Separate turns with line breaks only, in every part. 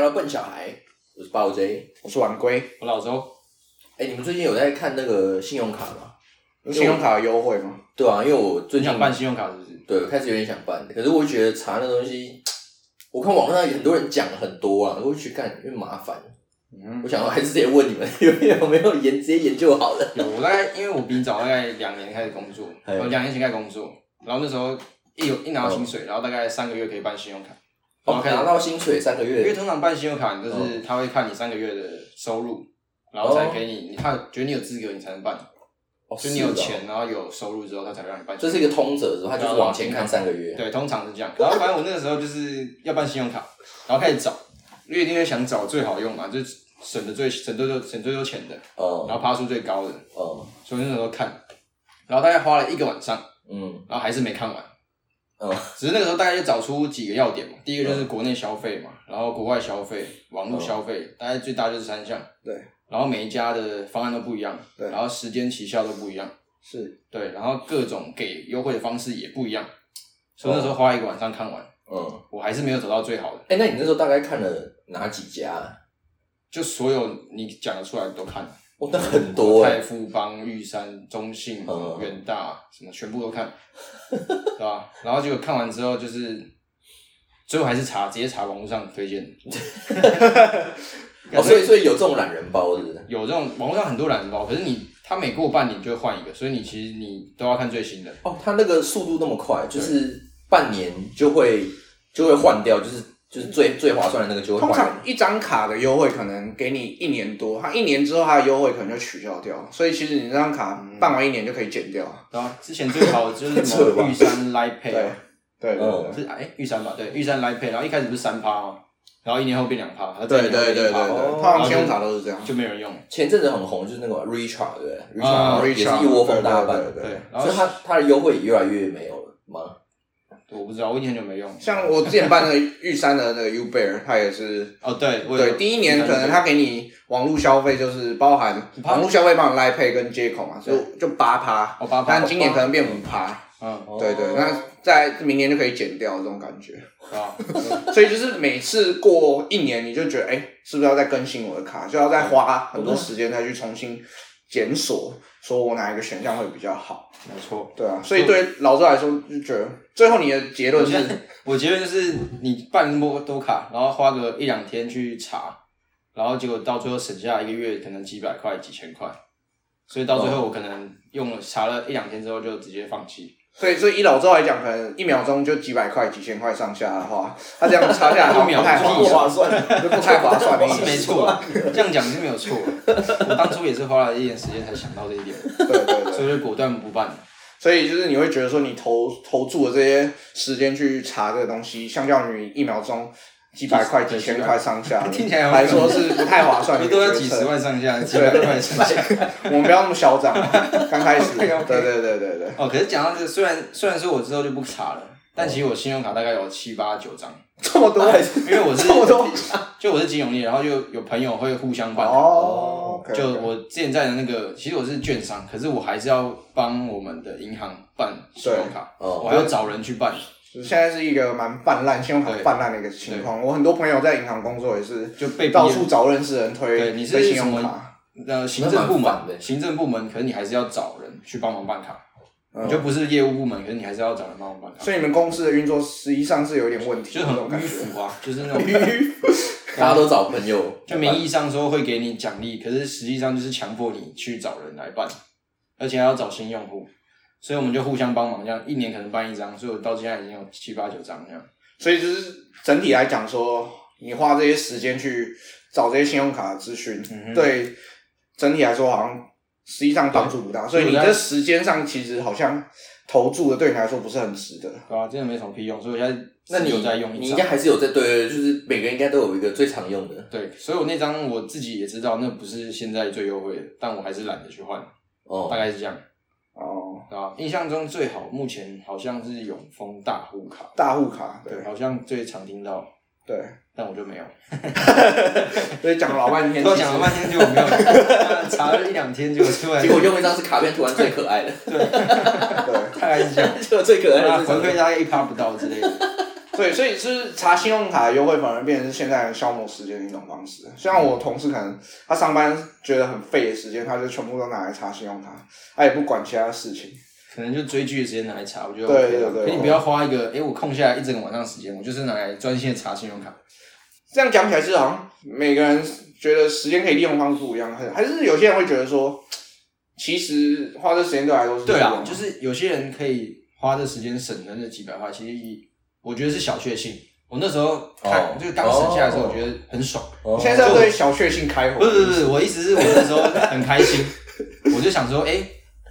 要笨小孩，我是暴 J。
我是晚归，
我老周，
哎，你们最近有在看那个信用卡吗？
有信用卡的优惠吗？
对啊，因为我最
你
近
想办信用卡是不是？
对开始有点想办，可是我觉得查那东西，我看网上很多人讲很多啊，我就去看，因为麻烦。
嗯
我，想还是直接问你们 有没有有没有研直接研究好了。
有，我大概因为我比你早大概两年开始工作，
嘿
我两年前开始工作，然后那时候一有一拿到薪水，然后大概三个月可以办信用卡，然
哦
后，开始
拿到薪水三个
因为
月，
通常办信用卡，你就是他会看你三个月的收入，然后才给你，你他觉得你有资格，你才能办。
哦
就你有，
是
钱，然后有收入之后，他才会让你办
哦
信
这
用卡。
是一个通则，是吧？他就是往前看三个月。
啊对，通常是这样。然后反正我那个时候就是要办信用卡，然后开始找，因为一定会想找最好用嘛，就是省的最省最多省最多钱的，
哦
然后趴数最高的。
哦，
所以那时候看，然后大概花了一个晚上，
嗯
然后还是没看完。
嗯，
只是那个时候大概就找出几个要点嘛，第一
嗯
个就是国内消费嘛，然后国外消费、网络消费，大概最大就是三项。
对。
然后每一家的方案都不一样，
对
然后时间期效都不一样，
是
对，然后各种给优惠的方式也不一样，所以
哦
那时候花一个晚上看完，
嗯。
我还是没有找到最好的，
哎，那你那时候大概看了哪几家啊？
就所有你讲得出来的都看了，
哦，那很多
泰
哎。
富邦、玉山、中信
嗯、
远大什么全部都看，对吧？ 然后结果看完之后就是，最后还是查直接查网络上推荐，
哦，所以所以有这种懒人包是不是？
有这种网络上很多懒人包，可是你他每过半年就会换一个，所以你其实你都要看最新的。
哦，他那个速度那么快，就是半年就会就会换掉，就是就是最最划算的那个就会
通
换掉。
常一张卡的优惠可能给你一年多，它一年之后它的优惠可能就取消掉，所以其实你这张卡办完一年就可以减掉。
然后之前最好的就是 什
扯吧
么玉山 Line Pay 啊，
对
嗯
是哎玉山吧，对玉山 Line Pay，然后一开始不是三趴吗？然后一年后变两趴，然后再一
对对对
年后变
对对，
一趴哦
哦
通常信用卡都是这样。
就没有人用了。
前阵子很红，就是那个 Richard 对不对
啊
，Richard 也是一窝蜂大办，
对对对
对
对，
然后
所以他他的优惠也越来越没有了吗？
我不知道，我已经很久没用了。
像我之前办那个玉山的那个 U Bear，它也是。
哦，对，我有
对，第一年可能他给你网络消费就是包含
趴
网络消费包含 Line Pay 跟接口嘛，所以就八趴，
哦八趴
但今年可能变五趴，
嗯，
对对，那在明年就可以减掉这种感觉，
啊，
所以就是每次过一年，你就觉得哎、是不是要再更新我的卡，就要再花很多时间再去重新检索，说我哪一个选项会比较好，
没错。
对啊，所以对老周来说就觉得最后你的结论是，
我觉得就是你办那么多卡，然后花个一两天去查，然后结果到最后省下一个月可能几百块、几千块，所以到最后我可能用了查了一两天之后就直接放弃。
所以所以以老周来讲，可能一秒钟就几百块、几千块上下的话，他这样查下来好像不太
一秒钟
划
算，
算，就不太划算的意
是 没
思。
错，这样讲是没有错。我当初也是花了一点时间才想到这一点，
对对对。
所以就果断不办了。
所以就是你会觉得说，你投投注的这些时间去查这个东西，相较于一秒钟几百块、几
对
千
几百
块上下，
听起来好像
来说是不太划算的
就
一个
都要
决策。
几十万上下，几百块上下。
我们不要那么嚣张，刚开始。对
OK，OK
对对对对，
哦，可是讲到这个，虽然虽然说我之后就不查了，但其实我信用卡大概有七八九张，
这么 多
因为我是
这么多
就我是金融业，然后就有朋友会互相办。
哦，OK，OK
就我之前在的那个，其实我是券商，可是我还是要帮我们的银行办信用卡，
对哦
我还要找人去办。
就是现在是一个蛮泛滥信用卡
对
泛滥的一个情况。我很多朋友在银行工作也是，
就被
到
逼
处找认识的人推
对你是
推信用
什么
卡。
呃，行政部
蛮烦
门，
的
行政部门，可是你还是要找人去帮忙办卡，
嗯
你就不是业务部门，可是你还是要找人帮忙办卡，
所以你们公司的运作实际上是有点问题，
就是
这种
很
感
迂
觉。
腐啊，就是 那种
大家都找朋友，
就名义上说会给你奖励，可是实际上就是强迫你去找人来办，而且还要找新用户，所以我们就互相帮忙，这样一年可能办一张，所以我到现在已经有七八九张这样。
所以就是整体来讲说，你花这些时间去找这些信用卡的资讯，
嗯哼
对整体来说好像实际上帮助不大，所以你
对我
这
在
时间上其实好像投注的对你来说不是很值得。
对啊，真的没什么屁用，所以我现在
那你
有在用
你
一
应该
张。
还是有在对对，对就是每个人应该都有一个最常用的
对，所以我那张我自己也知道，那不是现在最优惠的，但我还是懒得去换，大
哦。
概是这样，
哦，
对啊吧、印象中最好目前好像是永丰大户卡，
大户卡，对
对，好像最常听到，
对，
但我就没有。
所以讲了老半天，
都讲了半天，结果没有 查了一两天，结果出来
结果用一张是卡片图案最可爱的，
对，
大概是这样，
这个最可爱
那
的
啊回
最常
啊
馈
用。
大概一趴不到之类的。
对，所以就是查信用卡的优惠，反而变成是现在消磨时间的一种方式。像我同事可能他上班觉得很废的时间，他就全部都拿来查信用卡，他也不管其他事情。
可能就追剧的时间拿来查，我觉得
对
OK 了。
对对
可你不要花一个，哎、我空下来一整个晚上时间，我就是拿来专心地查信用卡。
这样讲起来是好像每个人觉得时间可以利用方式不一样，还还是有些人会觉得说，其实花这时间对我来说是
对
啊，
啊，就是有些人可以花这时间省的那几百块，其实一我觉得是小确幸。我那时候看，
哦
就是刚省下来的时候，
哦
我觉得很爽。
哦
现在是要对小确幸开火，
不是不是，我意思是我那时候很开心，我就想说，哎、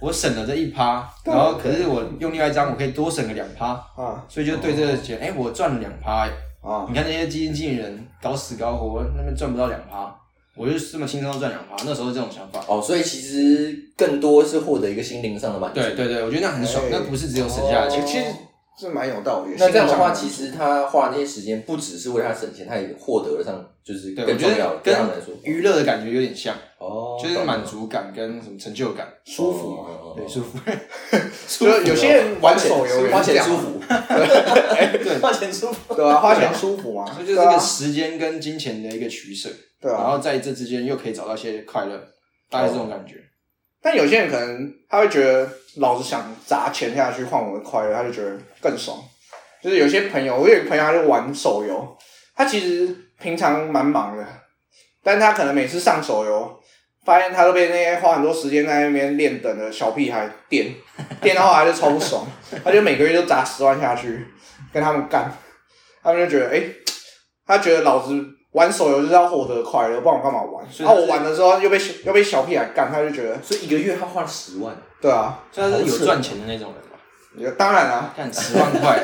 我省了这一趴，
对
然后可是我用另外一张，我可以多省个两趴，
啊
所以就对这个钱，哎、我赚了两趴、诶
啊，
你看那些基金经理人搞死搞活，那边赚不到两趴，我就这么轻松地赚两趴。那时候这种想法，
哦，所以其实更多是获得一个心灵上的满足。
对对对，我觉得那很爽，
哎
那不是只有省下来的
其
钱
实。其实是蛮有道理的。
那这样的话，
心
其
理上
实他花那些时间不只是为了他省钱，他也获得了上就是
对，我
更
觉
重要
得
的对他们来说
跟娱乐的感觉有点像，
哦，
就是满足感跟什么成就感，
舒服嘛，
嘛
对，舒服。
哦
就是有些人玩手游也
花
是这
钱
样
舒
嘛，
服，哎
对，
花钱舒服。
对啊，花钱舒服嘛，
所以就是
对
这
啊
个时间跟金钱的一个取舍，
对
然
啊。
后在这之间又可以找到一些快乐，大概是这种感觉。
哦但有些人可能他会觉得，老子想砸钱下去换我的快乐，他就觉得更爽。就是有些朋友，我有一个朋友他就玩手游，他其实平常蛮忙的，但他可能每次上手游，发现他都被那些花很多时间在那边练等的小屁孩电，电到后来就超不爽，他就每个月就砸十万下去跟他们干，他们就觉得哎、诶他觉得老子玩手游就是要获得快乐，不然我干嘛玩？
所
然
以他
后、
是
我玩的时候又被小又被小屁孩干，他就觉得
所以一个月他花了十万，
对啊，
虽然是
好
有
扯
赚钱的那种人嘛，
也当然啊，
干十万 块。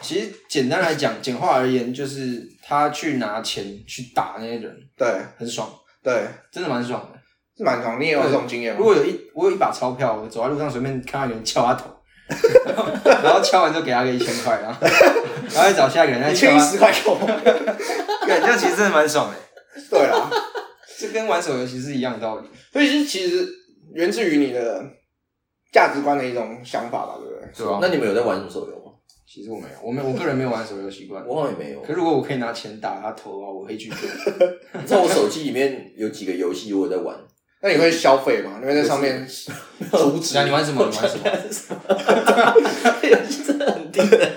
其实简单来讲，简化而言，就是他去拿钱去打那些人，
对
很爽，
对，
真的蛮爽的。
是蛮常。你也有这种经验
如
吗？
果有一我有一把钞票，我走在路上随便看到有人敲他头， 然后敲完就给他个一千块，然后 然后再找下一个人再
你
敲
欠一
他，
十块给我。
干这样其实真的蛮爽的。
对啦，
这跟玩手游其实是一样的道理。
所以是其实源自于你的价值观的一种想法吧，对不对？
对啊吧？
那你们有在玩什么手 游吗？
其实我没有，我没有我个人没有玩手游习惯。
我好像也没有。
可如果我可以拿钱打他头啊，我会拒绝。
你知道我手机里面有几个游戏我有在玩，
那你会消费吗？你会在上面阻止
那？你玩什么？你玩什么？
游戏真的很低的。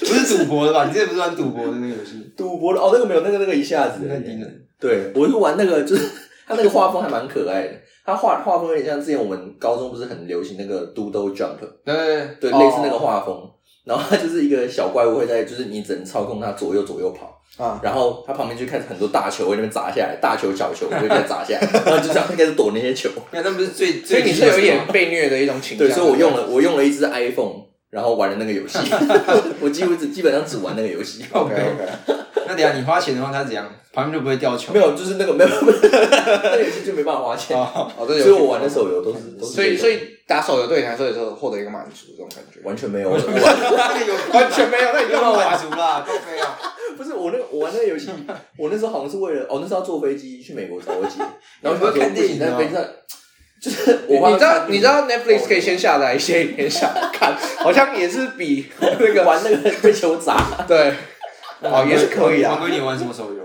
不是赌博的吧？你这不是玩赌博的那个游戏？
赌博的哦，那个没有，那个那个一下子
那低能。
对，我是玩那个，就是 它那个画风还蛮可爱的，它画画风有点像之前我们高中不是很流行那个 Doodle Jump，
对对对，
对，
哦
类似那个画风。然后它就是一个小怪物会在，就是你只能操控它左右左右跑，
啊，
然后它旁边就开始很多大球会那边砸下来，大球小球就开始砸下来，然后就这样开始躲那些 球。
那那不是最
所
最
以你是有一点被虐的一种倾向。
对，所以我用了我用了一只 iPhone，然后玩了那个游戏， 我几乎只基本上只玩那个游戏。
靠
OK
背。
OK，
那等一下你花钱的话，他怎样？旁边就不会掉 球
没。有，就是那个没有，那个游戏就没办法花钱，
哦，
哦，这
所
有
以我玩的手游都是都是
所以
这种
所以打手游对你来说也是获得一个满足，这种感觉。
完 全没有，我玩
那个有
完全没有，那你
没
干
有
嘛玩？
满足啦，够飞啊！
不是我那个我玩那个 游戏，我那时候好像是为了哦，那时候要坐飞机去美国找我 姐，然后
你不
我想
是
说
看
不
电影
行，
的
在
吗
飞机上就是我怕
啊你知道
看
你知道 Netflix 可以先下载一些影片下来看，好像也是 比那个
玩那个 被球砸，
对，哦也是可以
王
啊。
哥，你玩什么手游？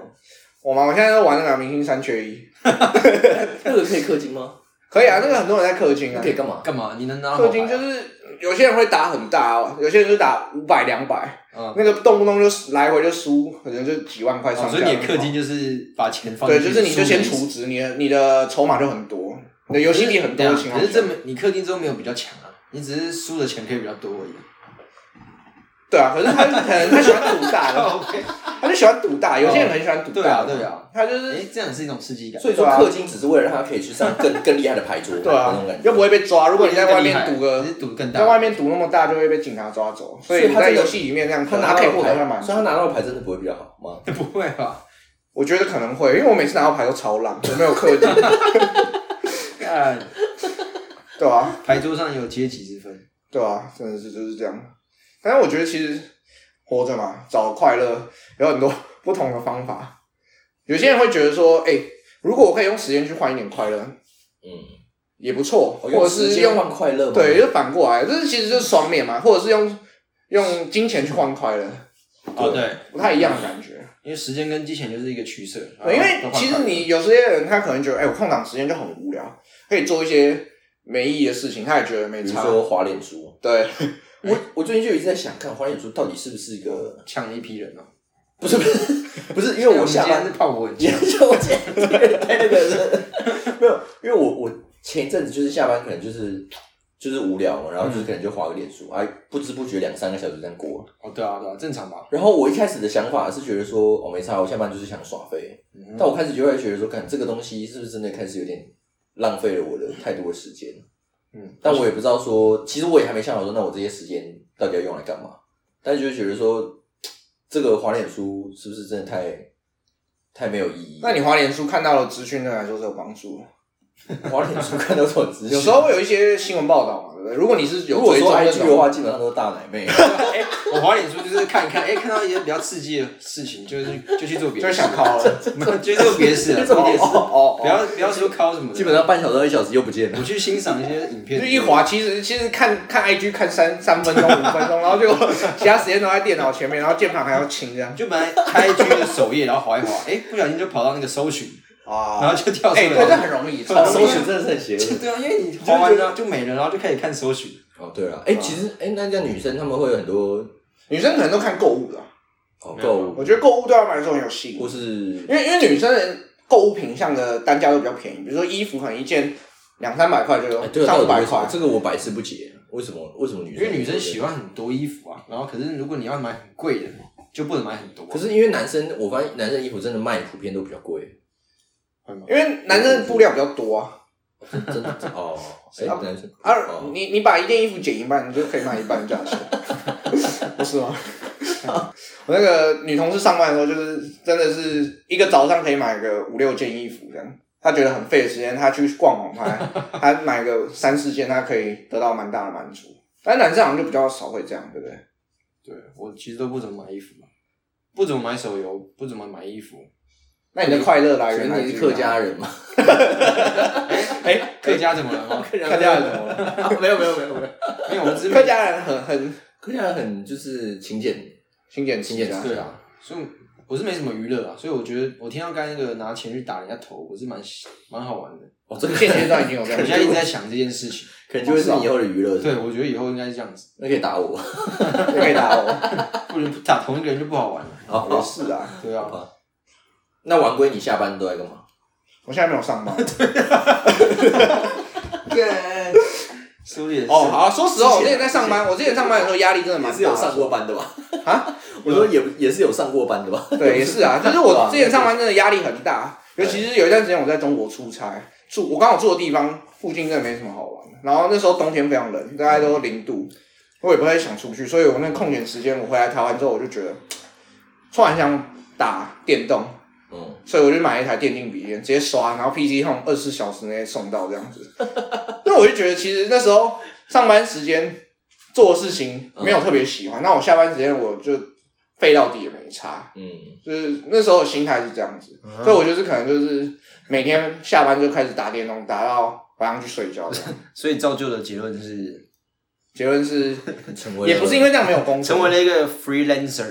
我嘛，我现在都玩那个明星三缺一，
那个可以氪金吗？
可以啊，那个很多人在氪金
那
啊
可，以干嘛？
干嘛？你能拿好
氪
牌
金就
啊？
是有些人会打很大哦，有些人就打五百两百，
嗯，
那个动不动就来回就输，可能就几万块上
哦
下。
所以你的氪金就是把钱放进
对，
去
就是你就先
输的意
储值，你的你的筹码就很多，你的游
思
戏币很多
对啊
的情况
哦可
下
是这没你氪金之后没有比较强啊，你只是输的钱可以比较多而已。啊
对啊，可是他可能他喜欢赌 大的，
OK，
他就喜欢赌大，有些人很喜欢赌
对
大
啊，
的，
哦对啊，
他就是
哎，这样也是一种刺激感。
所以说
对啊
氪金只是为了让他可以去上更更厉害的牌桌，
对
那种
啊
感，觉。
又不会被抓。如果你在外面
更
赌
厉害
个
只，是赌更大，
在外面赌那么大，就会被警察抓走。所
所
以
以
你
他
在
这个
游戏里面那样，
他拿
拿
到
可以
的
获得他
牌，
满
啊所以他拿到的牌真的不会比较好吗？
不会吧？
我觉得可能会，因为我每次拿到牌都超烂，我没有 氪金，
看
对啊，
牌桌上有阶级之分，
对啊，真的是就是这样。但是我觉得其实活着嘛，找快乐有很多不同的方法。有些人会觉得说，哎、如果我可以用时间去换一点快乐，
嗯，
也不错，或
我哦用
者
时
是
间
用
换快乐吗？
对，就反过来，这是其实就是双面嘛，或者是用用金钱去换快乐，
哦，对，
不太一样的感觉。
因为时间跟金钱就是一个取舍。
对
嗯
因
然后
为
都换
其实
款
你有些人他可能觉得，哎、我空档时间就很无聊，可以做一些没意义的事情，他也觉得没
比如
差。
说滑脸书，
对，
我我最近就一直在想，看滑脸书到底是不是一个
呛一批人哦，
不是不 是不是，因为我
啊
下
今天
班
是泡我很
研
呛，
究见对那个是没有，因为我我前一阵子就是下班可能就是就是无聊嘛，然后就是可能就划个脸
嗯
书，哎、不知不觉两三个小时这样过了。
哦，对啊，对啊，正常吧？
然后我一开始的想法是觉得说，哦没差，我下班就是想耍飞，
嗯
但我开始就会觉得说，看这个东西是不是真的开始有点浪费了我的太多的时间。
嗯，
但我也不知道说，其实我也还没想好说，那我这些时间到底要用来干嘛？但是就觉得说，这个滑脸书是不是真的太太没有意义？
那你滑脸书看到的资讯对你来说是有帮助的。
滑脸书看到这种资讯，
有时候会有一些新闻报道嘛，对不对？如果你是有
如果
追踪
说
那
IG 的
种，
话，基本上都是大奶妹。
哎，我滑脸书就是看一看，哎，看到一些比较刺激的事情，就是就去做别
就
的
是
事，
想靠了。
没有，就去做别的事啊，
这种也是
哦
不要不要说靠什么的，
基本上半小时到一小时又不见
我
了。
去欣赏一些影片，
就一滑，其实其实看看 IG 看三三分钟五分钟，然后就其他时间都在电脑前面，然后键盘还要清这样
就本来开 G 的首页，然后滑一滑，哎，不小心就跑到那个搜寻，然
啊。
后就跳出
哎，对，这
来。
很容易，
很容
搜
易
寻真的是很邪恶。
对啊，因为你滑完就就没了，然后就开始看搜寻。
哦，对了，哎，其实哎，那像女生她们会有很多
女生可能都看购物的，
哦
没有
购
我
物，
觉得购物对他们来说很有吸引
或
力，
是
因为因为女生的购物品项的单价都比较便宜，比如说衣服可能一件两三百块就
哎，
有，
对啊，
上
到
五
底
百
为什么
块，
这个我百思不解，为什么为什么女
因
生？
为女生喜。欢很多衣服啊，然后可是如果你要买很贵的，就不能买很多。啊
可是因为男生，我发现男生衣服真的卖普遍都比较贵，
会吗？
因为男生的布料比较多啊。
真真的真哦，哎，
啊
男生
啊
哦，
你你把一件衣服剪一半，你就可以卖一半价 钱，不是吗？ 我那个女同事上班的时候，就是真的是一个早上可以买个五六件衣服这样。她觉得很费时间，她去逛网拍，她买个三四件，她可以得到蛮大的满足。但男生好像就比较少会这样，对不对？
对我其实都不怎么买衣服嘛，啊不怎么买手游，不怎么买衣服。
那你的快乐来
可
源
能
来自
你是
于
客
哪
家人嘛？
哎，客 家怎么了吗？
客家人怎么了？
啊没有没有没有没有，
没有，我只是
客家人很很
客家人很就是勤俭，
勤俭
勤
持
俭
家，
对啊，所以我是没什么娱乐啊，所以我觉得我听到刚才那个拿钱去打人家头，我是蛮喜蛮好玩的。
哦，这个
现阶段已经有这
我
样
现
子
在一直在想这件事情，
可能就会是你以后的娱乐，
对我觉得以后应该是这样子，
那可以打 我。
了，可以 打我。
不然打同一个人就不好玩了。
好
也是啊，
对啊，
那晚归你下班都在干嘛？
我现在没有上 班。
说的也是。
哦，好，说实话，我
之
之
前
前在上班，我之前上班的时候压力真的蛮
也
大
是有
的。
上过班的吧？
啊？
我说也也是有上过班的吧？
对，也是啊，就是我之前上班真的压力很大，尤其是有一段时间我在中国出差，住我刚好住的地方附近真的没什么好玩的。然后那时候冬天非常冷，大概都零度，我也不太想出去，所以我那空闲时间我回来台湾之后，我就觉得突然想打电动，
嗯，
所以我就买了一台电竞笔电，直接刷，然后 PC Home 二十四小时内送到这样子。 那我就觉得其实那时候上班时间做的事情没有特别喜
嗯
欢，那我下班时间我就废到底也没差，
嗯，
就是那时候的心态是这样子。
嗯
所以我就是可能就是每天下班就开始打电动，打到晚上去睡觉这样。
所以造就的结论是，
结论是，
成为
也不是因
为
为这样没有工作，
嗯成为了一个 freelancer，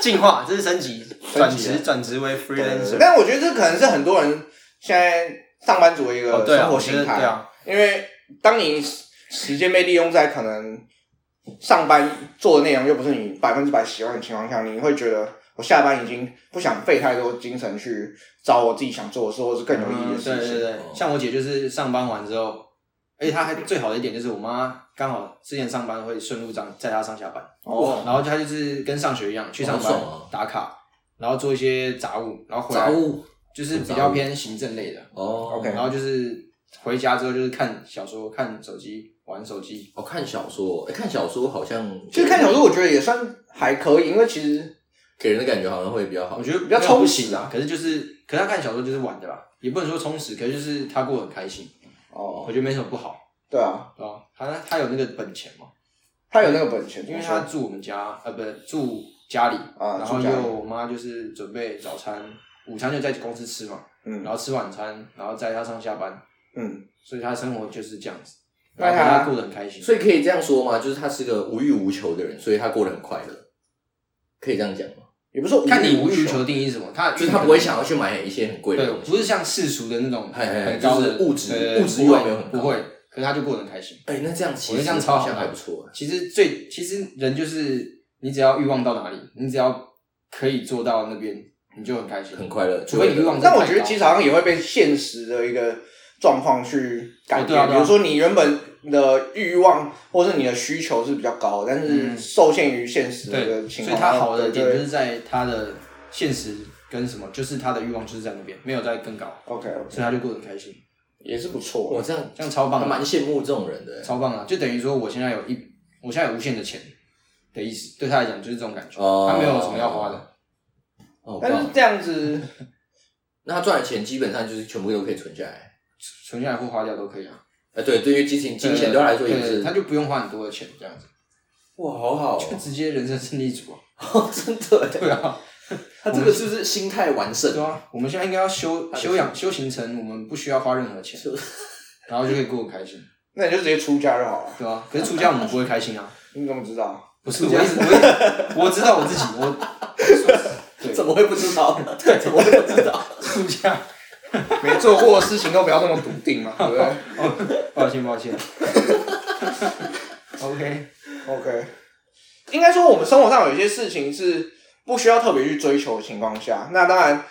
进化，这是升级，啊转职转职为 freelancer。
但我觉得这可能是很多人现在上班族的一
哦，
个
对啊，
生活
我觉
心
得
态。
对啊，
因为当你时间被利用在可能上班做的内容又不是你百分之百喜欢的情况下，你会觉得我下班已经不想费太多精神去找我自己想做的事，或是更有意义
嗯
的
对
事情。
对对，像我姐就是上班完之后，而且她还最好的一点就是我妈刚好之前上班会顺路上载她上下班，
哦，
然后她就是跟上学一样去上班
好爽啊
打卡，然后做一些杂务，然后回
杂
来
物
就是比较偏行政类的，
哦。
OK
然后就是回家之后就是看小说、看手机、玩手机，
哦，看小说，哎，看小说好像
其实看小说我觉得也算还可以，因为其实
给人的感觉好像会比较好
我。觉得
比较
没有不
充实
行啊，可是就是可是她看小说就是玩的啦，也不能说充实，可是就是她过得很开心，
哦，
我觉得没什么不好，
对啊，
对吧？她她有那个本钱嘛。
他有那个本钱，
因为他住我们家，呃，不是住家里，
啊
然后
住家里
又我妈就是准备早餐、午餐就在公司吃嘛，
嗯
然后吃晚餐，然后载他上下班，
嗯，
所以他生活就是这样子。然后
对啊
他过得很开心。
所以可以这样说吗？就是他是个无欲无求的人，所以他过得很快乐，可以这样讲吗？
也不是说
看你
无
无
欲
欲
求
求，的定义是什么，他
就是他不会想要去买一些很贵的
对，
东西，
不是像世俗的那种
嘿嘿
很高的
就是物质
对对对
物质欲
不会
望没有很高
不会，可是他就过得很开心。
哎、那这样其
我觉
实
得这样超
好
好的
像还不错、
其实最其实人就是你只要欲望到哪里，你只要可以做到那边，你就很开心，
很快乐
除非你欲望真的
但我
太
觉得
高
其实好像也会被现实的一个状况去改
哦对啊
变，比
对啊
如说你原本的欲望或是你的需求是比较高，但是
嗯
受限于现实的一个
对，
情
所以
况。
他好的点
对
就是在他的现实跟什么，就是他的欲望就是在那边，没有在更高，
OK，
所以他就过得很开心，
也是不错。啊
我这样
这样超棒
还
的，
蛮羡慕这种人的、欸。
超棒啊！就等于说我现在有一，我现在有无限的钱的意思，对他来讲就是这种感觉，
哦
他没有什么要花的，
哦，
但是
棒
这样子，
那他赚的钱基本上就是全部都可以存下来。
存下来或花掉都可以啊。
哎、对，对于金钱金钱对他来说也
对
是
他就不用花很多的钱这样子，
哇，好好、
就直接人生胜利组啊！
哦，真的欸。
对啊，
他这个是不是心态完胜
对？啊，我们现在应该要修修养修行成，我们不需要花任何钱，然后就可以过得开心，
那你就直接出家就好了。
对啊，可是出家我们不会开心啊。
你怎么知道？
不是，我一直我一直我知道我自己，我对
怎么会不知道？
啊
对，怎么会不知道？
出家，
没做过的事情都不要这么笃定嘛，对不对
抱歉抱 歉。OK，
？OK，应该说我们生活上有一些事情是不需要特别去追求的情况下，那当然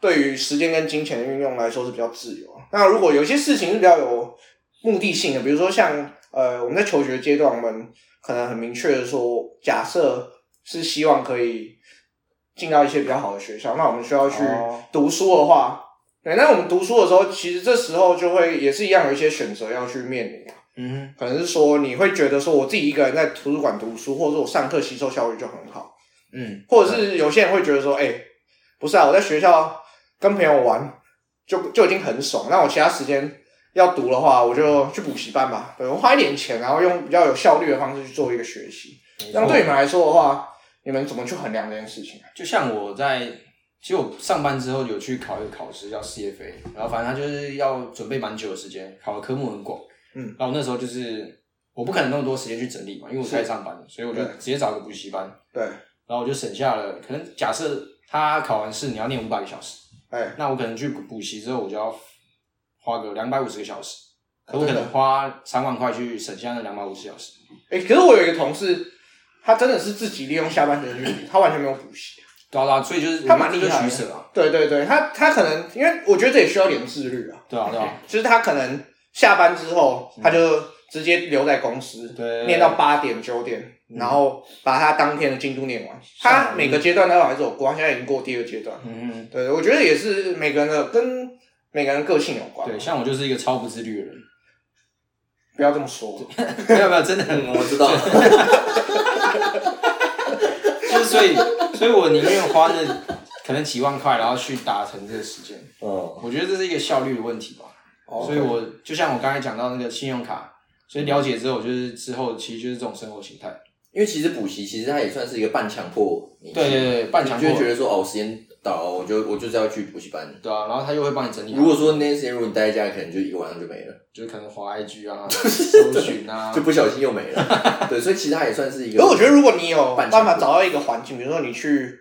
对于时间跟金钱的运用来说是比较自由。那如果有一些事情是比较有目的性的，比如说像呃我们在求学阶段，我们可能很明确的说，假设是希望可以进到一些比较好的学校，那我们需要去
哦
读书的话。对，那我们读书的时候，其实这时候就会也是一样有一些选择要去面临。
嗯
可能是说你会觉得说我自己一个人在图书馆读书，或者是我上课吸收效率就很好，
嗯，
或者是有些人会觉得说，哎、不是啊，我在学校跟朋友玩就就已经很爽，那我其他时间要读的话，我就去补习班吧，对我花一点钱，然后用比较有效率的方式去做一个学习。那对你们来说的话，你们怎么去衡量这件事情啊？
就像我在，其实我上班之后有去考一个考试叫 CFA，然后反正他就是要准备蛮久的时间，考的科目很广。
嗯，
然后那时候就是我不可能那么多时间去整理嘛，因为我在上班，所以我就
对
直接找个补习班，
对，
然后我就省下了。可能假设他考完试你要念五百个小时，
哎、
那我可能去补补习之后，我就要花个两百五十个小时，可我可
真
能
的
花三万块去省下那两百五十小时。
哎、可是我有一个同事，他真的是自己利用下班时间去补，他完全没有补习。
对啊，对啊所以就是
他
我
蛮
们
厉
就
害的
取舍啊，
对对对，他他可能因为我觉得这也需要点自律啊。
对啊，对啊，
就是他可能下班之后，他就直接留在公司，
对嗯
念到八点九点，然后把他当天的进度念完。他每个阶段都还是有过，他现在已经过第二阶段。
嗯，
对，我觉得也是每个人的跟每个人个性有关。
对，像我就是一个超不自律的人，
不要这么说。
没有没有，真的很，
嗯，我知道。
啊就是所以，所以我宁愿花那可能几万块，然后去达成这个时间，
嗯，
我觉得这是一个效率的问题吧。
哦
所以我就像我刚才讲到那个信用卡，所以了解之后，我就是之后其实就是这种生活形态，
因为其实补习其实他也算是一个半强迫
嗯
你，
对对对，半强
就
迫
会，觉得说哦，时间到了，我就我就是要去补习班。
对啊，然后他又会帮你整理好。
如果说那段时间如果你待在家，可能就一个晚上就没了，
就是可能滑 IG 啊，搜寻啊，
就不小心又没 了。对，所以其实他也算是一个。
可是我觉得，如果你有办
半
法
强迫
找到一个环境，比如说你去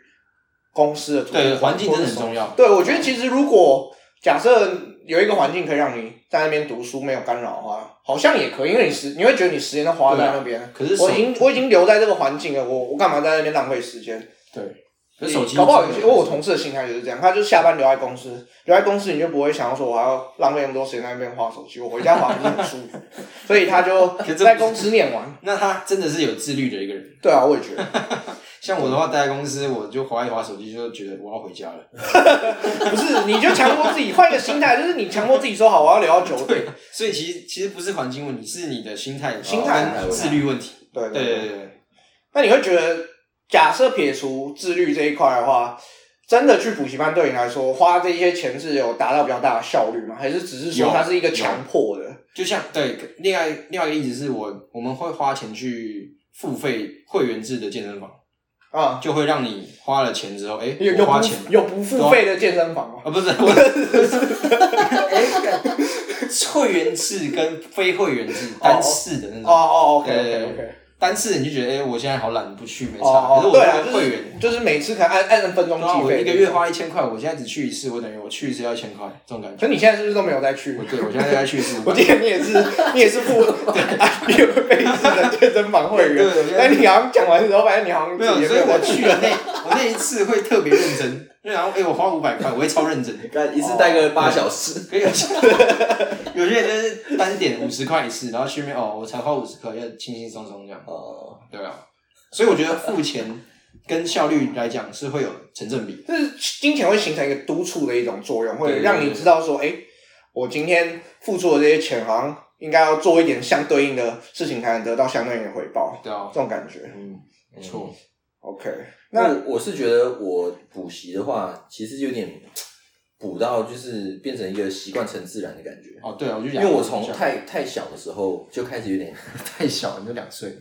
公司的图书
对
馆
环境真
或者
的很
什么
重要。
对，我觉得其实如果假设有一个环境可以让你在那边读书没有干扰的话，好像也可以，因为你时你会觉得你时间都花在那边了。
啊可是手
我已经我已经留在这个环境了，我我干嘛在那边浪费时间？
对，可是手机
搞不好有
真
些
的
因为我同事的心态就是这样，他就下班留在公司，留在公司你就不会想要说我还要浪费那么多时间在那边花手机，我回家滑不是很 舒服，所以他就
可是这
在公司念完。
那他真的是有自律的一个人。
对啊，我也觉得，
像我的话，待在公司，我就划一划手机，就觉得我要回家了。
不是你就强迫自己换一个心态，就是你强迫自己说好我要留到九点，
对，所以其实其实不是环境问题，是你的心态、
心态
跟自律问题。
对
对对对，
那你会觉得，假设撇除自律这一块的话，真的去补习班对你来说，花这些钱是有达到比较大的效率吗？还是只是说
有啊
它是一个强迫的？
就像对另外另外一个例子是我我们会花钱去付费会员制的健身房，
啊，
就会让你花了钱之后，哎、
有
我
有
花钱哦
不有不付费的健身房吗？
啊，不是我，
哎，
会员制跟非会员制单次的那
哦
种，
哦，OK OK OK，
单次你就觉得哎、我现在好懒，不去没
哦
差。可是
哦，
我
对啊，
是
就
会员，
是就是每次可能按按分钟
然后
计
我
费，
一个月。花一千块，我现在只去一次，我等于我去一次要一千块，这种感
可
觉。
你现在是不是都没有再去
我？对我现在要去一次，
我记得你也是，你也是付 IBU 费制的健身房会员
对我觉，得
但你好像讲完之后，发现你好像
没有
自己，也
所以
有
我
再
去了那我那一次会特别认真，然后哎、我花五百块，我会超认真。
干一次带个八小时，
可以有 些有些人就是单点五十块一次，然后去面哦，我才花五十块，要轻轻松松这样，
哦，
对啊。所以我觉得付钱跟效率来讲是会有成正比。
就是金钱会形成一个督促的一种作用，会
对
让你知道说，哎、我今天付出的这些钱，好像应该要做一点相对应的事情，才能得到相对应的回报，
对啊
这，种感觉。
嗯，没错。
OK，
那
那
我我是觉得我补习的话，其实有点补到就是变成一个习惯成自然的感觉，
哦，对啊，我就
因
想
为我从太太小的时候就开始有点，
太小，你就两岁，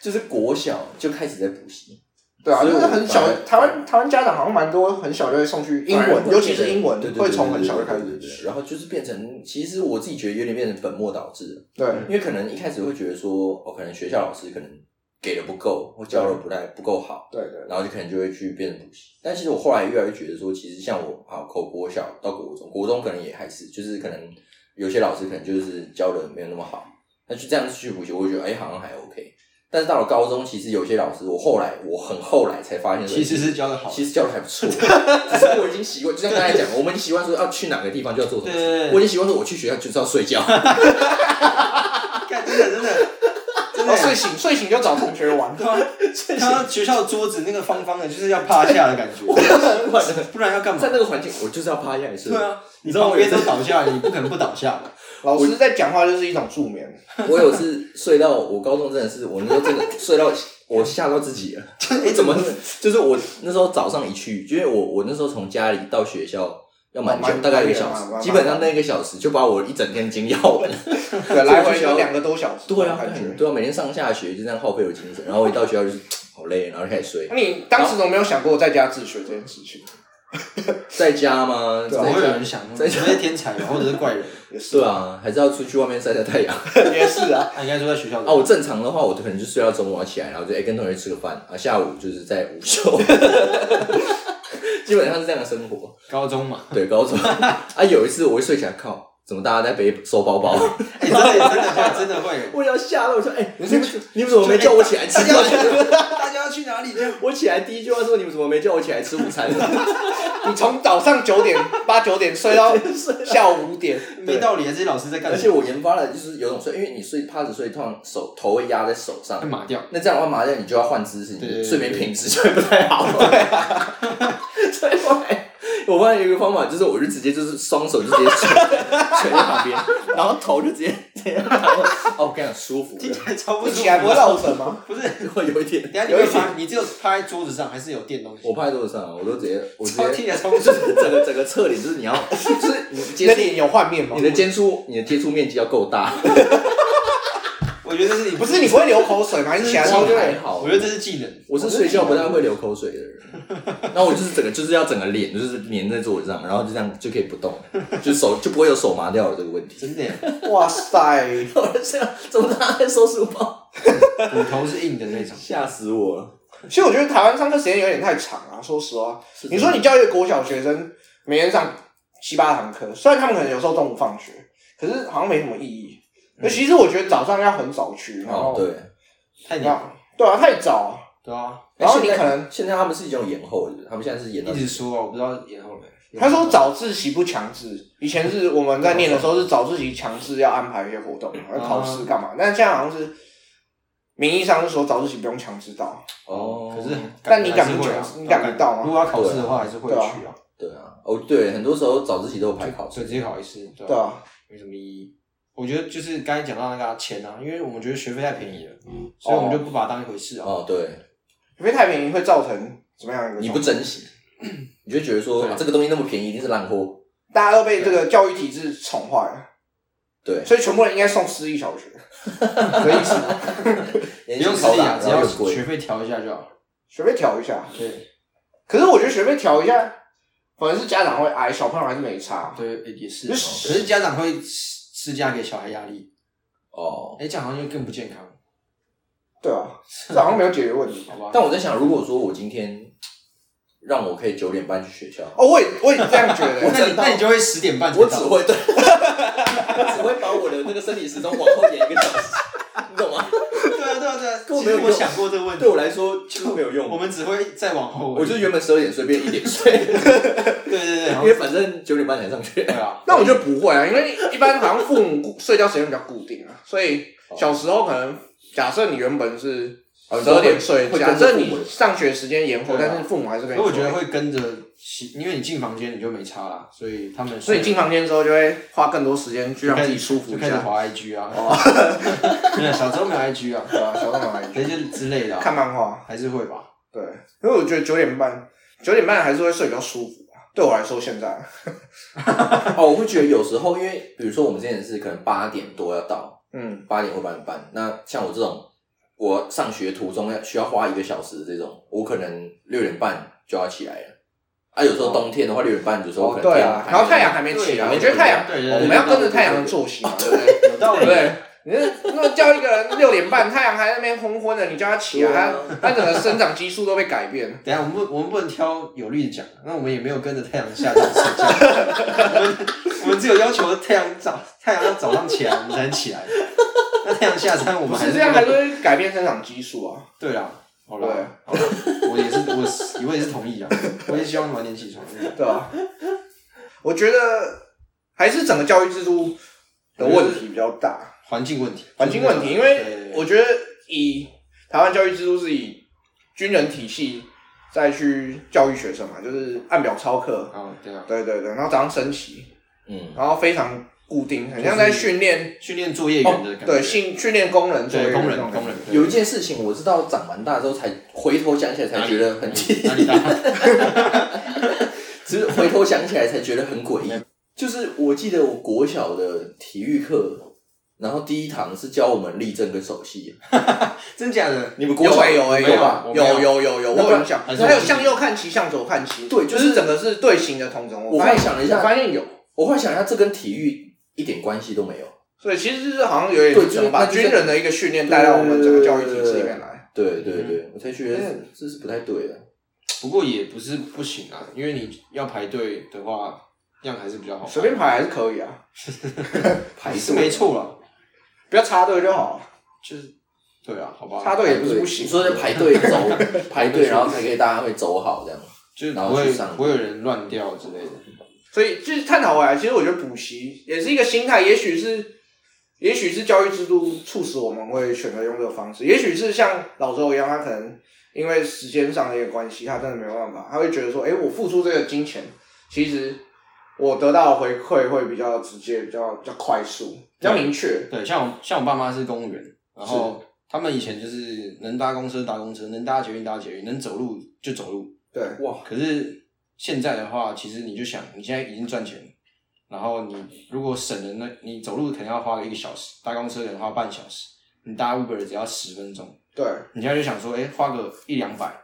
就是国小就开始在补习，
对啊，
所
就
以
是
我
很小
反而，
台湾台湾家长好像蛮多很小就会送去英
反而
文，
会
尤其是英
对
文，
对对
会从很小就开
对对
始
对对
学。
然后就是变成，其实我自己觉得有点变成本末倒置了。
对，
因为可能一开始会觉得说，哦，可能学校老师可能给的不够，或教的不太不够好，
对对
然后就可能就会去变成补习。但其实我后来越来越觉得说，其实像我啊，口国小到国中，国中可能也还是，就是可能有些老师可能就是教的没有那么好，那就这样去补习，我会觉得哎、好像还 OK。但是到了高中，其实有些老师，我后来我很后来才发现说，
其实是教的好。
其实教的还不错，只是我已经习惯，就像刚才讲，我们已经习惯说要去哪个地方就要做什么
对对
事
对，
我已经习惯说我去学校就是要睡觉。
啊看真的真的真
然后
的，
睡哦醒睡醒就找同学 玩，
对啊，看到学校桌子那个方方的，就是要趴下的感 觉，不然要干嘛
在？那个环境，我就是要趴下来睡。
对，啊，你
知道
旁
我有
边都倒下，你不可能不倒 下吧？
老师在讲话就是一种助 眠。
我有次睡到我高中真的是，我那时候 真的睡到我吓到自己了。 哎、怎么？就是我那时候早上一去，因为我我那时候从家里到学校要蛮
哦
久，
蛮
大概一个小
蛮远啊
时，
蛮
基本上那一个小时就把我一整天精要完。
对，来回就两个多小时，
对啊
感觉。，
对啊，每天上下学就这样耗费我精神，然后我一到学校就是好累，然后就开始睡
那。你当时怎么没有想过在家自学这件事 情？
在家吗？
对啊
不
在
会有
家
人想，我是天才啊吧，或者是怪 人？
也是
对，啊，还是要出去外面晒晒太阳。
也是啊。
他应该说在学校
啊，我正常的话，我可能就睡到中午要起来，然后就哎、跟同学吃个饭啊，下午就是在午休， 基本上是这样的生活。
高中 嘛，
对，高中 啊，有一次我一睡起来，靠，怎么大家在背收包包？
哎，真的真的真的 会，
我要吓到我说，哎、你们你们怎么没叫我起来吃饭？
大家要去哪里？这样
我起来第一句话说，你们怎么没叫我起来吃午餐？
你从早上九点八九点睡 到下午五点，
没道理啊！这些老师在干
而
什
且
么？
我研发了就是有种睡，因为你睡趴着睡，通常手头会压在手上
会，麻掉，
那这样的话麻将你就要换姿势，
对对
你
对
睡眠品质就会不太好。 所以后来我发现有一个方法，就是我就直接就是双手就直接垂垂在旁边，然后头就直接这样。哦，我跟你讲舒服的，
听起来超不
你
舒
起来不会
服。啊
落枕吗？
不是，等
会有一点。
一下你
有一
会趴，你只有趴在桌子上，还是有垫东西？
我趴在桌子上啊，我都直接我直
超
接
听起来超不舒
就
服。
是整个整个侧脸，就是你要就是你
你的
接触
脸有画面吗
你？的接触你的接触面积要够大，
我觉得这是你
不是你不会流口水吗？你起来之后就
还好。
我觉得这是技能。
我是睡觉不太会流口水的人，然后我就是整个就是要整个脸就是粘在桌子上，然后就这样就可以不动，就手就不会有手麻掉的这个问题。
真的耶，
哇塞！
我就这样，怎么他在收书包？
骨头是硬的那种。
吓死我了！
其实我觉得台湾上课时间有点太长啊，说实话。你说你教一个国小学生每天上七八堂课，虽然他们可能有时候中午放学，可是好像没什么意义。那其实我觉得早上要很早去，然
嗯哦
后，
对，
太
然
鸟，
后对啊，太早。
对啊，
然后你
哎现在
可能
现在他们是已经有延后的，他们现在是延到
一直说啊，我不知道以后了。
他说早自习不强制，以前是我们在念的时候是早自习强制要安排一些活动，要考
嗯
试干嘛？但现在好像是名义上是说早自习不用强制到，
哦，
可是，
但你
感
敢
觉
不
还是会
去
啊
你敢不到吗
如果要考试的话，还是会
对啊
去啊，
对啊，哦对，很多时候早自习都有排考
所
试
以直接考一次，对
对
吧？
啊，
没什么意义。我觉得就是刚才讲到那个啊钱啊，因为我们觉得学费太便宜了，所以我们就不把它当一回事啊。
嗯哦，对，
因为太便宜会造成怎么样一个？
你不，珍惜，你就觉得说
对
啊这个东西那么便宜，一定是烂货。
大家都被这个教育体制宠坏了，
对，
所以全部人应该送私立小学，的意思吗？
不
不用私立啊，只
然后
要
又贵
学费调一下就好。
学费调一下。
对，
可是我觉得学费调一下，反正是家长会挨，小朋友还是没差。
对，也是。
就
可
是
是家长会施施加给小孩压力，
哦。
哎，这样好像就更不健康，
对啊，这好像没有解决问题。
好吧？
但我在想，如果说我今天让我可以九点半去学校，
哦，我也我也这样觉得。
那你那你就会十点半才
我只
到
会 对，我只会把我的那个生理时钟往后延一个小时，你懂吗？
对啊对啊对啊，
根本
其
没有用
实我想过这个问题，
对我来说几乎没有用。
我们只会再往后而已。
我就是原本十二点睡，变一点睡，
对对对，然
因
后
为反正九点半才上学
对。啊，
那我就不会啊，因为一般好像父母睡觉时间比较固定啊，所以
哦
小时候可能假设你原本是
哦
十二点睡，
会
假
跟着
设
父母
你上学时间延后，
对啊
但是父母还是可以
所以
说。
我觉得会跟着习，因为你进房间你就没差啦，所以他们
所以进房间之后就会花更多时间去
就
让
开
自
始
己舒服
就
一
开始
下，
滑 IG 啊， 没有小时候没有 IG 啊，
对啊，小朋友来
那就之类的啊，
看漫画，
还是会吧。
对，因为我觉得九点半九点半还是会睡比较舒服啊，对我来说现在，
哦，我会觉得有时候，因为比如说我们之前是可能八点多要到，
嗯，
八点或八点半。那像我这种，我上学途中要需要花一个小时的这种，我可能六点半就要起来了。啊，有时候冬天的话，六点半有
哦
时候可能
哦对
天
啊，
还
然后太阳
没
还没起
对
啊，
还
我
没
觉得太阳
对对对
我们要跟着太阳的作息嘛，对不对？
有道
对不对？你是那叫一个人六点半，太阳还在那边昏昏的，你叫他起来，
对啊
他他整个生长激素都被改变。
等一下，我们不，我们不能挑有绿讲，啊那我们也没有跟着太阳下山睡觉， 我们我们只有要求太阳早，太阳要早上起来我们才能起来。那太阳下山，我
不
们还
是
是
这样，还
那
是
个
会改变生长激素啊。
对啦，好啦，好啦，我也是，我是我也是同意啊，我也希望晚点起床。
对啊，我觉得还是整个教育制度的问题比较大，
环境问题，
环境问题。因
对
为
对对
我觉得以台湾教育制度是以军人体系再去教育学生嘛，就是按表操课。
啊，对啊，
对对对，然后早上升旗，
嗯，
然后非常固定，很像
就是
在训练
训练作业员的感
哦
觉，
对训训练工人作业
对
的
工
那
人
种感觉
工人对
有一件事情我知道长蛮大之后才回头想起来，才觉得很奇
哪里大？
只是回头想起来才觉得很诡
嗯
异。就是我记得我国小的体育课，然后第一堂是教我们立正跟手戏。
真假的？
你们国
有
小
哎有哎
没有
吧
我？没
有
有
有有有，
那
我
不然
有想，
还是
还有
我
向右看齐，向左看齐，
对
就
就是是
整个是队形的统整。
我
发
发
现，
想了一
我
下，
发现有，
我后来想一下，这跟体育一点关系都没有。
所以其实就是好像有点
对就是
想把
那就是
军人的一个训练带到我们整个教育体系里面来。
对对对，我才觉得
嗯
这是不太对的。
不过也不是不行啊，因为你要排队的话，这样还是比较好。
随便排还是可以啊，
排
是
是
没，错啦，
不要插队就好啊了，
就是对啊，好吧，
插队也不是不
你
行。
说的排队 走，排队然后才可以大家会走好这样。
就是
然
不
后去
会
上
不会有人乱掉之类的。
所以就是探讨回来，其实我觉得补习也是一个心态，也许是，也许是教育制度促使我们会选择用这个方式，也许是像老周一样，他可能因为时间上的一个关系，他真的没有办法，他会觉得说，哎、我付出这个金钱，其实我得到的回馈会比较直接，比较比较快速，比较明确。
对，像我像我爸妈是公务员，然后他们以前就是能搭公车搭公车，能搭捷运搭捷运，能走路就走路。
对，
哇，
可是现在的话，其实你就想，你现在已经赚钱了，然后你如果省了那，你走路可能要花一个小时，搭公车可能花半小时，你搭 Uber 只要十分钟，
对，
你现在就想说，哎、花个一两百，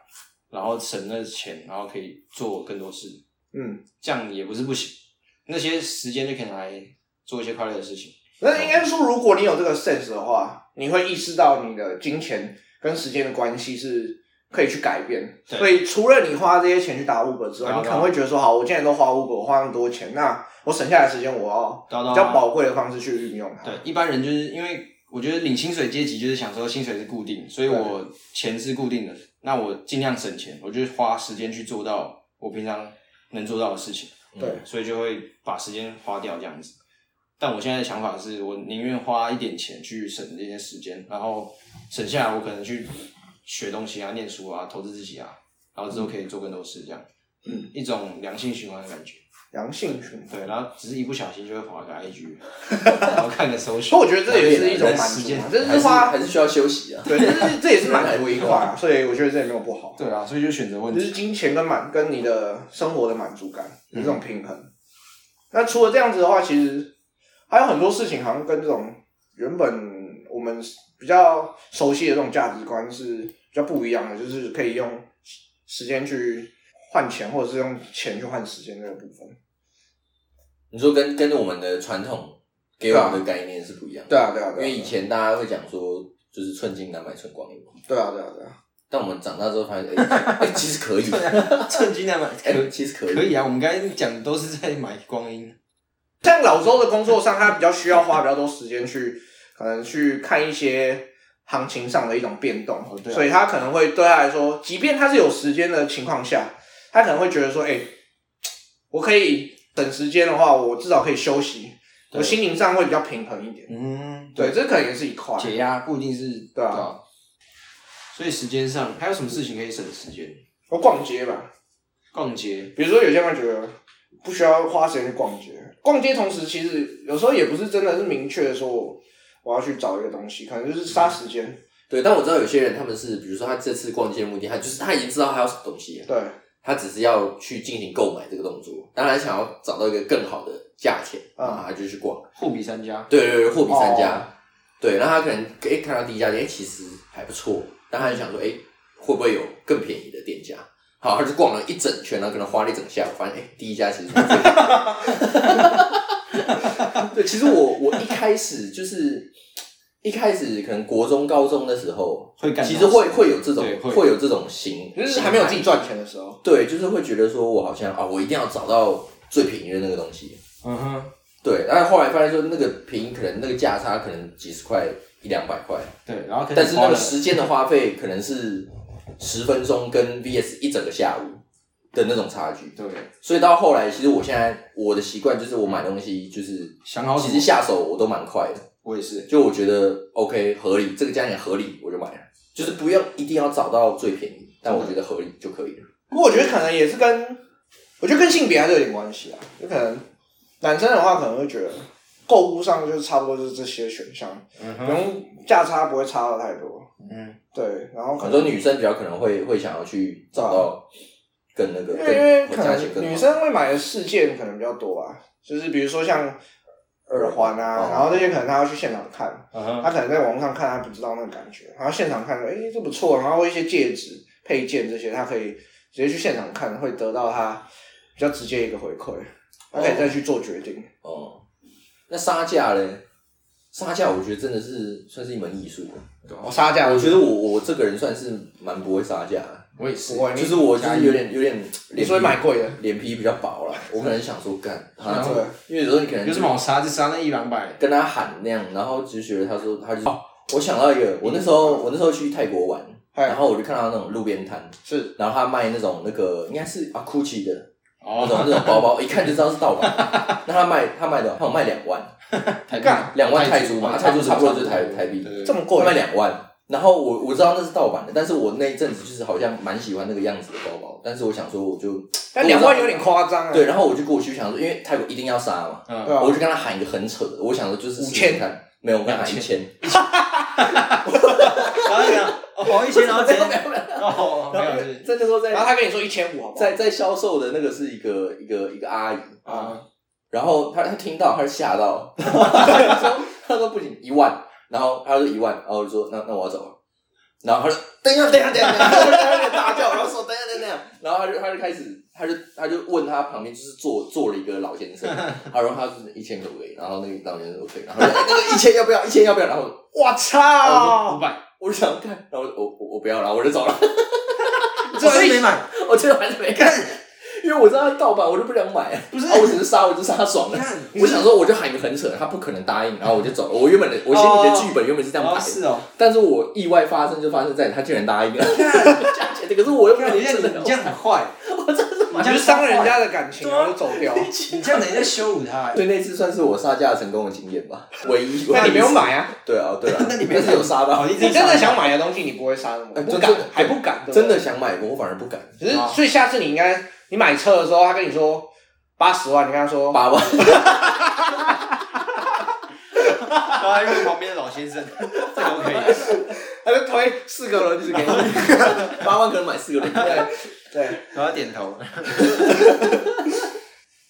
然后省那钱，然后可以做更多事，
嗯，
这样也不是不行。那些时间就可以拿来做一些快乐的事情。
那应该说，如果你有这个 sense 的话，你会意识到你的金钱跟时间的关系是可以去改变。
对
所以除了你花这些钱去打 Uber 之外，
对啊
你可能会觉得说，好，我现在都花 Uber，我花那么多钱，那我省下来的时间，我要
对啊
比较宝贵的方式去运用它。
对，一般人就是因为我觉得领薪水阶级就是想说薪水是固定，所以
对
我钱是固定的，那我尽量省钱，我就花时间去做到我平常能做到的事情，嗯
对
所以就会把时间花掉这样子。但我现在的想法是我宁愿花一点钱去省这些时间，然后省下来我可能去学东西啊、念书啊、投资自己啊，然后之后可以做更多事这样，
嗯，
一种良性循环的感觉。
良性循环。
对，然后只是一不小心就会滑个 IG，然后看个搜寻。
所以我觉得这也是一种满
时
足
间
嘛，这
还
是
是
花
还，是需要休息啊。
对，这是这也是满足一块啊，所以我觉得这也没有不好，
对啊，所以就选择问
就是
题。
金钱跟满跟你的生活的满足感有这种平衡。那除了这样子的话，其实还有很多事情好像跟这种原本我们比较熟悉的这种价值观是比较不一样的，就是可以用时时间去换钱，或者是用钱去换时间这个部分。
你说跟跟我们的传统给我们的概念是不一样的，
对啊，对啊，
因
对啊，
为以前大家会讲说就是寸金难买寸光阴嘛，
对啊，对啊，对啊，
但我们长大之后发现，哎、哎其实可以， 哎、
趁机那买，
其实可以，
可以啊。我们刚才讲的都是在买光阴，
像老周的工作上，他比较需要花比较多时间去，可能去看一些行情上的一种变动，
哦对啊
所以他可能会对他来说，即便他是有时间的情况下，他可能会觉得说，哎、我可以等时间的话，我至少可以休息，
对
我心灵上会比较平衡一点。
嗯，
对，这可能也是一块。
解压不一定是
对啊。
所以时间上还有什么事情可以省时间？
我逛街吧，
逛街，
比如说有些人会觉得不需要花时间去逛街，逛街同时其实有时候也不是真的是明确地说我我要去找一个东西，可能就是杀时间。
嗯
对，但我知道有些人他们是，比如说他这次逛街的目的，他就是他已经知道他要什么东西了，
对
他只是要去进行购买这个动作，当然想要找到一个更好的价钱，
嗯
啊，他就去逛，
货比三家，
对对对，货比三
哦
家，对，然后他可能诶看到低价店，诶其实还不错，但他就想说，诶会不会有更便宜的店家？好，他就逛了一整圈，然后可能花了一整下午，发现诶第一家其实不错 对，其实我我一开始就是一开始可能国中高中的时候，
会干
其实会
到
会有这种
对会
会有这种心，
就是还没有自己
心态
赚钱的时候。
对，就是会觉得说我好像啊，我一定要找到最便宜的那个东西，
嗯哼，
对，但后来发现说那个平可能那个价差可能几十块一两百块，
对，然后可能
但是那
花
个
了
时间的花费可能是十分钟跟 VS 一整个下午的那种差距。
对
所以到后来，其实我现在我的习惯就是我买东西就是
想好什
其
么
实下手我都蛮快的，
我也是，
就我觉得 OK 合理，这个价钱合理我就买了，就是不用一定要找到最便宜，但我觉得合理就可以了。
不过我觉得可能也是跟，我觉得跟性别还是有点关系啊。就可能男生的话可能会觉得购物上就是差不多就是这些选项，
嗯
不，用价差不会差到太多。
嗯，
对，然后可
很
能
多女生比较可能会会想要去找到跟那个
啊因为因为
更
可
价钱更
能
好
女生会买的饰件可能比较多吧，就是比如说像耳环啊，
哦
然后这些可能她要去现场看，
嗯哼，
她可能在网上看她不知道那个感觉，然后现场看，哎、这不错，然后一些戒指、配件这些，她可以直接去现场看，会得到她比较直接一个回馈，她可以再去做决定。
哦，那杀价嘞？杀价我觉得真的是算是一门艺术。
啊我杀价，
哦我觉得我我这个人算是蛮不会杀价的，
我也是，
不会，
就
你
是我就是有点有点
你
脸
所以
皮
买贵的，
脸皮比较薄啦。我可能想说 干
然
他
后，
对，
因为有时候你可能
有什么好杀就杀那一两百，
跟他喊那样，然后就觉得他说他就哦，我想到一个，我那时候我那时候去泰国玩，然
哎，
后我就看到那种路边摊，
是
然后他卖那种那个应该是啊 GUCCI 的，那种
哦，
那种包包，一看就知道是盗版。那他卖他卖的， 他有卖两万，
台币
干
两万泰铢嘛，泰铢差不多就是台台币，
对
这
对
么
他卖
贵，
两万。然后我我知道那是盗版的，但是我那一阵子就是好像蛮喜欢那个样子的包包，但是我想说我就
但两万有点夸张啊。
对，然后我就过去想说，因为泰国一定要杀嘛，
对
嗯，
啊
我就跟他喊一个很扯的，我想说就是
五
试
千
试看，没有，我跟他喊一
两
千，
然后呢，哦，好一千，然后直接，哦，没
然后
有
因为
是
在那
然
时候
后
在
他跟你说一千五，好不好？
在在销售的那个是一个一个一个阿姨，
啊，
然后他他听到，他吓到，他说他说不行一万，然后他说一万，然后我就说那那我要走了，然后他说等一下等一下等一下，然后他就大叫，然后说等一下等一下，然后他就他就开始他就他就问他旁边就是坐坐了一个老先生，他说他是一千可不可以，然后那个老先生说可以，然后他说哎那个一千要不要一千要不要，然后
我
五
操，
百，
我就哦想看，然后我我我不要，然后我就走了，
这还没买，
我最后还是没看，因为我知道他盗版，我就不想买，
不是
啊我只是杀，我只是杀爽了
你。看，
我想说，我就喊一个很扯，他不可能答应，然后我就走了。我原本的，我心里的剧本原本是这样排
哦，
的，
是哦，
但是我意外发生就发生在他竟然答应了， 价钱，可是我又不
看你这样，
啊真
你
的
这样很坏，
你就伤人家的感
啊
情，然后就走 掉。
你这样等于在羞辱他，
对那次算是我杀价成功的经验吧，唯一。
那你没有
唯一一次？
买啊？
对啊，对啊，
哦那你没有
但是有杀到，
好意思
你真的想买的东西，你不会杀那么多，
哎
不
真
敢
的，
还不敢，对不对
真的。想买过，我反而不敢。
只是，所以下次你应该，你买车的时候，他跟你说八十万，你跟他说，
八万，
然后还问旁边的老先生，这个我可以，
他就推四个轮子给你。
八万可能买四个零。
对，
然后他点头，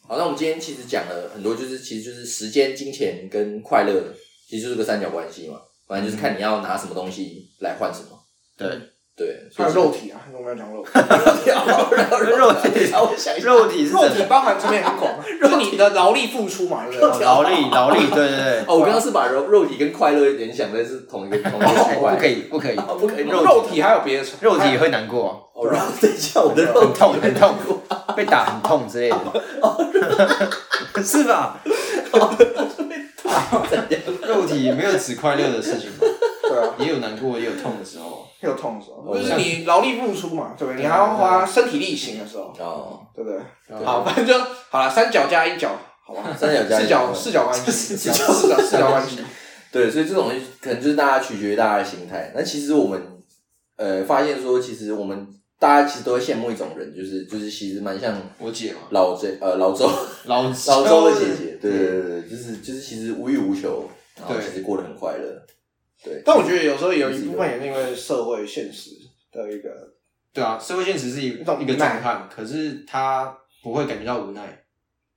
好，那我们今天其实讲了很多，就是其实就是时间、金钱跟快乐，其实就是个三角关系嘛。反正就是看你要拿什么东西来换什么。
对，
对，
还
所
有
以
肉体啊，我们要讲肉体，
肉体，
让我想一下
肉体是
肉
真
体
的
包含层面很广 啊，就是你的劳力付出 嘛，对不对？
劳力劳力，对对对，
哦，我刚刚是把肉肉体跟快乐联想的是同一个同一个区
不
块，
可以不可以，
哦不可以
肉肉体还有别的层，
肉体也会难过，
哦，然后等一下我的肉
很
体
痛很痛，被打很痛之类的，哦是吧？肉体没有只快乐的事情吧，
对啊，
也有难过，也有痛的时候。
会有痛的时候，
哦
就是你劳力付出嘛，对不对？你还要花身体力行的时候，
哦，
对不对？
对啊
好，反正就好了，三角加一角，好 吧，
三角加一
四角
角
四角关系，四
角
四角四角关系，
对，所以这种东西可能就是大家取决于大家的心态。那其实我们呃发现说，其实我们大家其实都会羡慕一种人，就是就是其实蛮像
我姐嘛，
老周呃老周
老
老
老
周的姐姐，对对对对，就是就是其实无欲无求，然后
对
其实过得很快乐。对，
但我觉得有时候有一部分也是因为社会现实的一个，
对啊，社会现实是一
一种
一个
无奈
震撼，可是他不会感觉到无奈，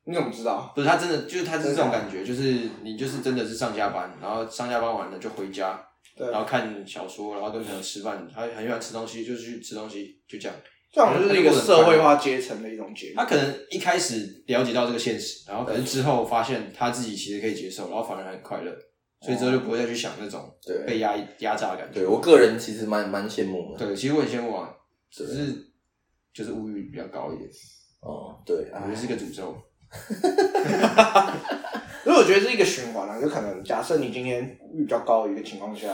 你怎么知道？
不是他真的就是他就是这种感觉，就是你就是真的是上下班，然后上下班完了就回家，
对
然后看小说，然后跟朋友吃饭，他很喜欢吃东西，就去吃东西，就这样。
这种就是一个社会化阶层的一种结果
他。可能一开始了解到这个现实，然后可是之后发现他自己其实可以接受，然后反而很快乐，所以之后就不会再去想那种
对
被压压榨的感觉。
对我个人其实蛮蛮羡慕的。
对，其实我很羡慕啊，只
对
是就是物欲比较高一点，
哦，对，
我觉得
哎
是个诅咒。
所以我觉得是一个循环啊，就可能假设你今天欲比较高的一个情况下，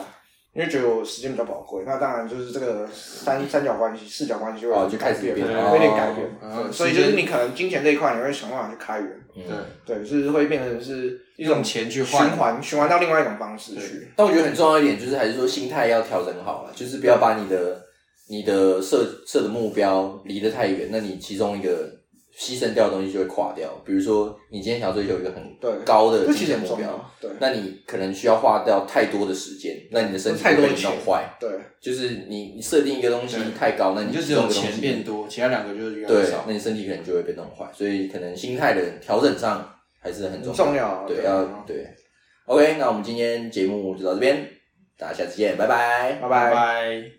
因为觉得我时间比较宝贵，那当然就是这个三三角关系、四角关系就会
哦就开始
改变，
变
有点改变。
哦
对所以就是你可能金钱这一块，你会想办法去开源，
嗯
对，
对，就是会变成是一
用
种
钱去
循
换，
环，循环到另外一种方式去。
但我觉得很重要一点就是，还是说心态要调整好了，就是不要把你的你的设设的目标离得太远，那你其中一个牺牲掉的东西就会垮掉。比如说，你今天想要追求一个
对
很高的
这
金
其实
钱
很
目
重
标，
要，对
那你可能需要花掉太多的时间，那你的身体
太
会
多
被
的
你弄
钱
坏。
对，
就是你你设定一个东西
对
太高，那
你
你
就只
其中一
有
个东西
钱变多，其他两个就是越来越
对，
少。
那你身体可能就会被弄坏，所以可能心态的调整上还是很
很
重要。
重要啊。啊
对，要对。OK，那我们今天节目就到这边，大家下次见，拜拜。
拜
拜
拜。
拜。